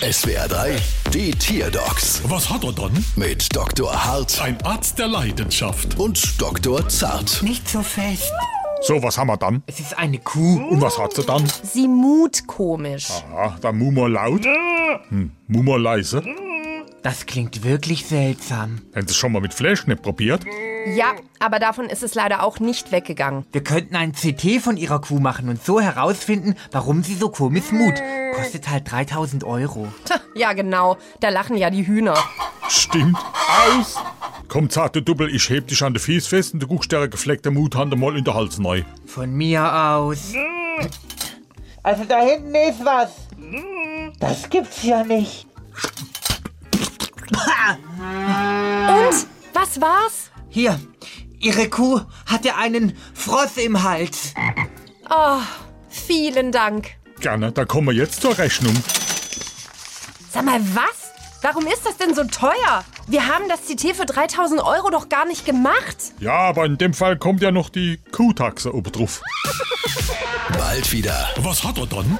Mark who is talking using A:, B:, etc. A: SWR 3, die Tierdocs
B: Was hat er dann?
A: mit Dr. Hart
B: Ein Arzt der Leidenschaft.
A: und Dr. Zart.
C: Nicht so fest.
D: So, was haben wir dann?
C: Es ist eine Kuh.
D: Und was hat sie dann?
E: Sie mut komisch.
D: Ah, da Mumor laut. Hm, Mumor leise.
C: Das klingt wirklich seltsam.
D: Hätten sie schon mal mit Fleischknepp probiert?
E: Ja, aber davon ist es leider auch nicht weggegangen.
C: Wir könnten ein CT von ihrer Kuh machen und so herausfinden, warum sie so komisch mut. Kostet halt 3000 Euro.
E: Tja, Ja, genau. Da lachen ja die Hühner.
D: Stimmt. Aus! Komm, zarte Dubbel, ich heb dich an de Fies fest und du guckst der gefleckte Muthande mal in der Hals neu.
C: Von mir aus.
F: Also da hinten ist was. Das gibt's ja nicht.
E: Und? Was war's?
C: Hier, ihre Kuh hatte einen Frost im Hals.
E: Vielen Dank.
D: Gerne, dann kommen wir jetzt zur Rechnung.
E: Sag mal, was? Warum ist das denn so teuer? Wir haben das CT für 3000 Euro doch gar nicht gemacht.
D: Ja, aber in dem Fall kommt ja noch die Kuhtaxe oben drauf.
A: Bald wieder.
B: Was hat er dann?